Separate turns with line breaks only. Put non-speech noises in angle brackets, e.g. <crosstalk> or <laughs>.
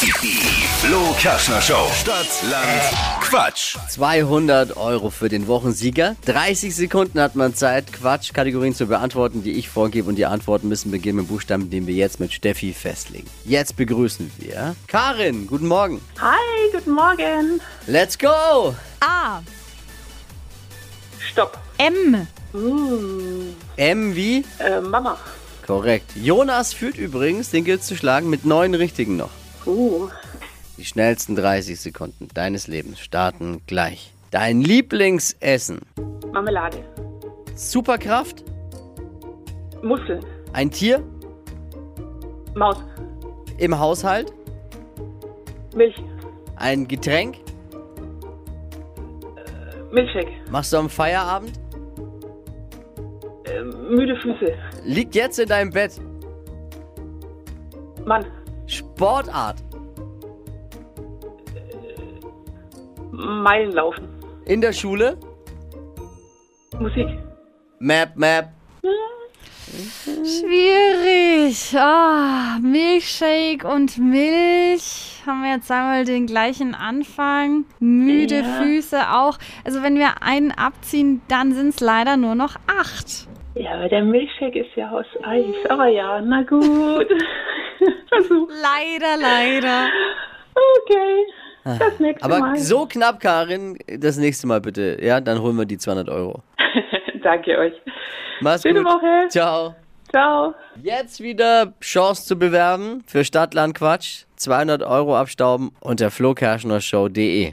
Die Flo Kaschner Show. Stadt, Land, Quatsch.
200 Euro für den Wochensieger. 30 Sekunden hat man Zeit, Quatschkategorien zu beantworten, die ich vorgebe. Und die Antworten müssen beginnen mit dem Buchstaben, den wir jetzt mit Steffi festlegen. Jetzt begrüßen wir Karin. Guten Morgen.
Hi, guten Morgen.
Let's go!
A.
Stopp.
M.
Hm.
M wie?
Äh, Mama.
Korrekt. Jonas führt übrigens, den gilt zu schlagen, mit neun richtigen noch.
Uh,
Die schnellsten 30 Sekunden deines Lebens starten gleich. Dein Lieblingsessen.
Marmelade.
Superkraft?
Muscheln.
Ein Tier?
Maus.
Im Haushalt?
Milch.
Ein Getränk?
Milchshake.
Machst du am Feierabend?
Äh, müde Füße.
Liegt jetzt in deinem Bett.
Mann.
Sportart.
Meilen laufen.
In der Schule.
Musik.
Map, Map.
Schwierig. Ah, Milchshake und Milch. Haben wir jetzt einmal den gleichen Anfang. Müde
Ja.
Füße auch. Also wenn wir einen abziehen, dann sind es leider nur noch acht.
Ja, aber der Milchshake ist ja aus Eis. Aber ja, na <laughs> gut. Versuch.
Leider, leider.
Okay. Das nächste
Ah. Aber
Mal.
so knapp, Karin. Das nächste Mal bitte. Ja, dann holen wir die 200 Euro.
Danke euch.
Mach's
Schöne
gut.
Woche.
Ciao.
Ciao.
Jetzt wieder Chance zu bewerben für Stadtland Quatsch. 200 Euro abstauben unter flokerschnershow.de.